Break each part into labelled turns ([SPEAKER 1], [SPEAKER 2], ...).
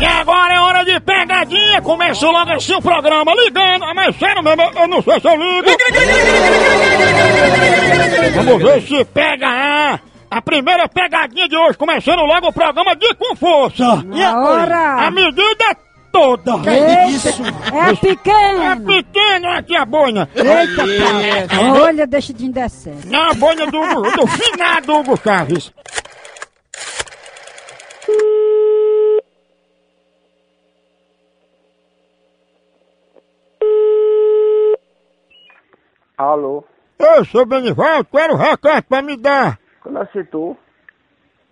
[SPEAKER 1] E agora é hora de pegadinha! Começou logo assim o programa, ligando, mas sério mesmo, eu- eu não sei se eu ligo! Vamos ver se pega a! A primeira pegadinha de hoje, começando logo o programa de com força!
[SPEAKER 2] E agora?
[SPEAKER 1] A medida é toda!
[SPEAKER 2] Isso. É
[SPEAKER 1] É
[SPEAKER 2] pequeno.
[SPEAKER 1] pequeno aqui a boina!
[SPEAKER 2] Eita, cara. Olha, deixa de indecente.
[SPEAKER 1] Na bolha do, do finado Hugo Chaves.
[SPEAKER 3] Alô,
[SPEAKER 1] Eu sou Benivaldo, quero o recado pra me dar.
[SPEAKER 3] qual é se tu?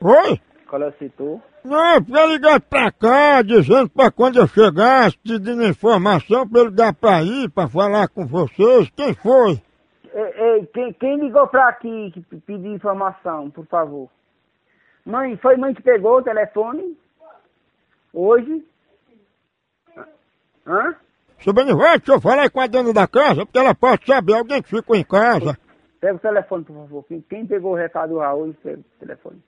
[SPEAKER 1] Oi?
[SPEAKER 3] Qual é se tu?
[SPEAKER 1] Não, pra ligar pra cá, dizendo pra quando eu chegasse, pedindo informação pra eu ligar pra ir, pra falar com vocês. Quem foi?
[SPEAKER 3] Ei, ei, quem, quem ligou pra aqui que p- pediu informação, por favor? Mãe, foi mãe que pegou o telefone? Hoje? Hã?
[SPEAKER 1] Seu Benivaldo, deixa eu falar com a dona da casa, porque ela pode saber alguém que ficou em casa.
[SPEAKER 3] Pega o telefone, por favor. Quem, quem pegou o recado do Raul, pega o telefone.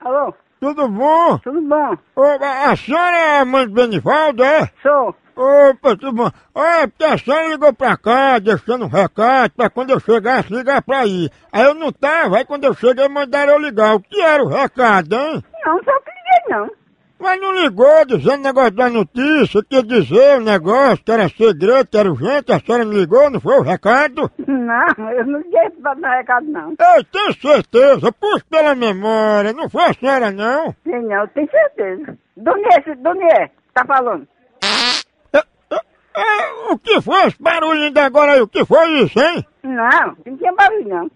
[SPEAKER 3] Alô,
[SPEAKER 1] Tudo bom?
[SPEAKER 3] tudo bom?
[SPEAKER 1] Ô, a a senhora é a mãe do Benivaldo, é?
[SPEAKER 3] Sou.
[SPEAKER 1] Opa, tudo bom? Olha, porque a senhora ligou pra cá, deixando um recado, pra quando eu chegasse, ligar pra ir. Aí eu não tava, aí quando eu cheguei, mandaram eu ligar. O que era o recado, hein?
[SPEAKER 3] Não, só que liguei não.
[SPEAKER 1] Mas não ligou, dizendo negócio da notícia, que ia dizer o negócio, que era segredo, que era urgente, a senhora não ligou, não foi o recado?
[SPEAKER 3] Não, eu não liguei pra dar recado não.
[SPEAKER 1] Eu tenho certeza, puxa pela memória, não foi a senhora não.
[SPEAKER 3] Sim, não, tenho certeza. Donier, Donier, tá falando?
[SPEAKER 1] É, é, é, o que foi esse barulho ainda agora aí? O que foi isso, hein?
[SPEAKER 3] Não, não tinha barulho não.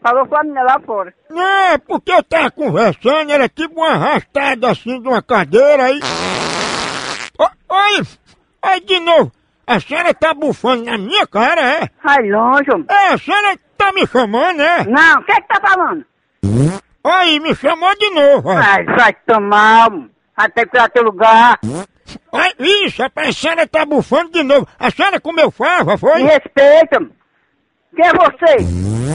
[SPEAKER 3] Falou com a menina lá fora.
[SPEAKER 1] Não, é porque eu tava conversando, era tipo uma arrastada assim de uma cadeira aí. Ó, Olha, olha de novo. A senhora tá bufando na minha cara, é?
[SPEAKER 3] Sai longe, homem.
[SPEAKER 1] É, a senhora tá me chamando, é?
[SPEAKER 3] Não, o que é que tá falando?
[SPEAKER 1] Olha Aí, me chamou de novo, olha.
[SPEAKER 3] Vai, vai tomar, homem. Vai ter que ir lá teu lugar.
[SPEAKER 1] Olha, Isso, rapaz, a senhora tá bufando de novo. A senhora comeu fava,
[SPEAKER 3] Me
[SPEAKER 1] foi?
[SPEAKER 3] respeita, homem. Quem é você?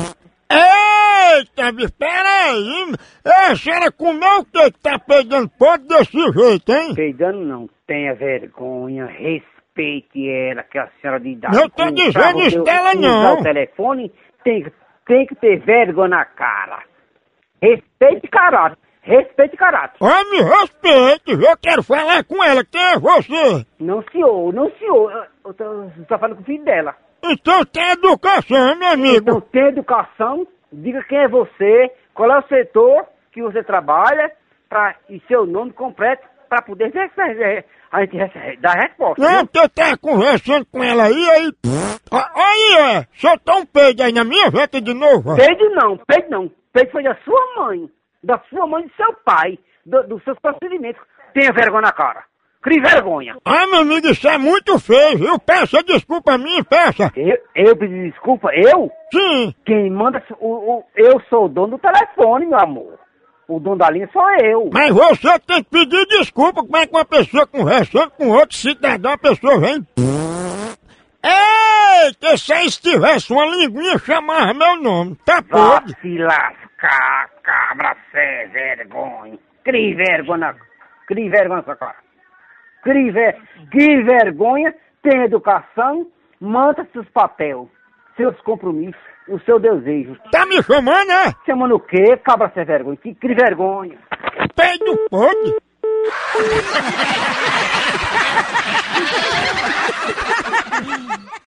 [SPEAKER 1] Eita, bicho, peraí. É, a senhora comeu o que que tá pegando pode desse jeito, hein?
[SPEAKER 3] Peidando não. Tenha vergonha, respeite ela, que a senhora de idade. um
[SPEAKER 1] Eu tô dizendo
[SPEAKER 3] Pra você
[SPEAKER 1] isso dela,
[SPEAKER 3] usar
[SPEAKER 1] não.
[SPEAKER 3] o telefone tem, tem que ter vergonha na cara. Respeite caráter. Respeite caráter.
[SPEAKER 1] Ó, me respeite, eu quero falar com ela. Quem é você?
[SPEAKER 3] Não, senhor, não, senhor. Eu- Eu tô, eu tô falando com o filho dela.
[SPEAKER 1] Então tem educação, meu
[SPEAKER 3] Então
[SPEAKER 1] amigo.
[SPEAKER 3] tenha educação, diga quem é você, qual é o setor que você trabalha pra, e seu nome completo para poder ver se a- a gente re- dar resposta.
[SPEAKER 1] Não,
[SPEAKER 3] viu?
[SPEAKER 1] porque eu tava Né? Então, tá conversando com ela aí, aí. Ó, Aí, é, soltou um peido aí na minha veta de novo. ó.
[SPEAKER 3] Peide não, peide não. Peide foi da sua mãe, da sua mãe e do seu pai, do- dos seus procedimentos. Tenha vergonha na cara. Crie vergonha.
[SPEAKER 1] Ah, meu amigo, isso é muito feio, viu? Peça desculpa a mim, peça.
[SPEAKER 3] Eu, eu pedi desculpa, eu?
[SPEAKER 1] Sim.
[SPEAKER 3] Quem manda. O, o- eu sou o dono do telefone, meu amor. O dono da linha sou eu.
[SPEAKER 1] Mas você tem que pedir desculpa. Como é que uma pessoa conversando com outro cidadão, a pessoa vem. Eita, se aí tivesse uma linguinha, chamava meu nome. Tá
[SPEAKER 3] Vá
[SPEAKER 1] podre.
[SPEAKER 3] se lascar, cabra sem vergonha. Crie vergonha, crie vergonha na sua cara. Crie, ver, crie vergonha, tenha educação, manta seus papéis, seus compromissos, os seus desejos.
[SPEAKER 1] Tá me chamando, é?
[SPEAKER 3] Chamando o quê, cabra sem vergonha? Que crie vergonha.
[SPEAKER 1] Peido podre.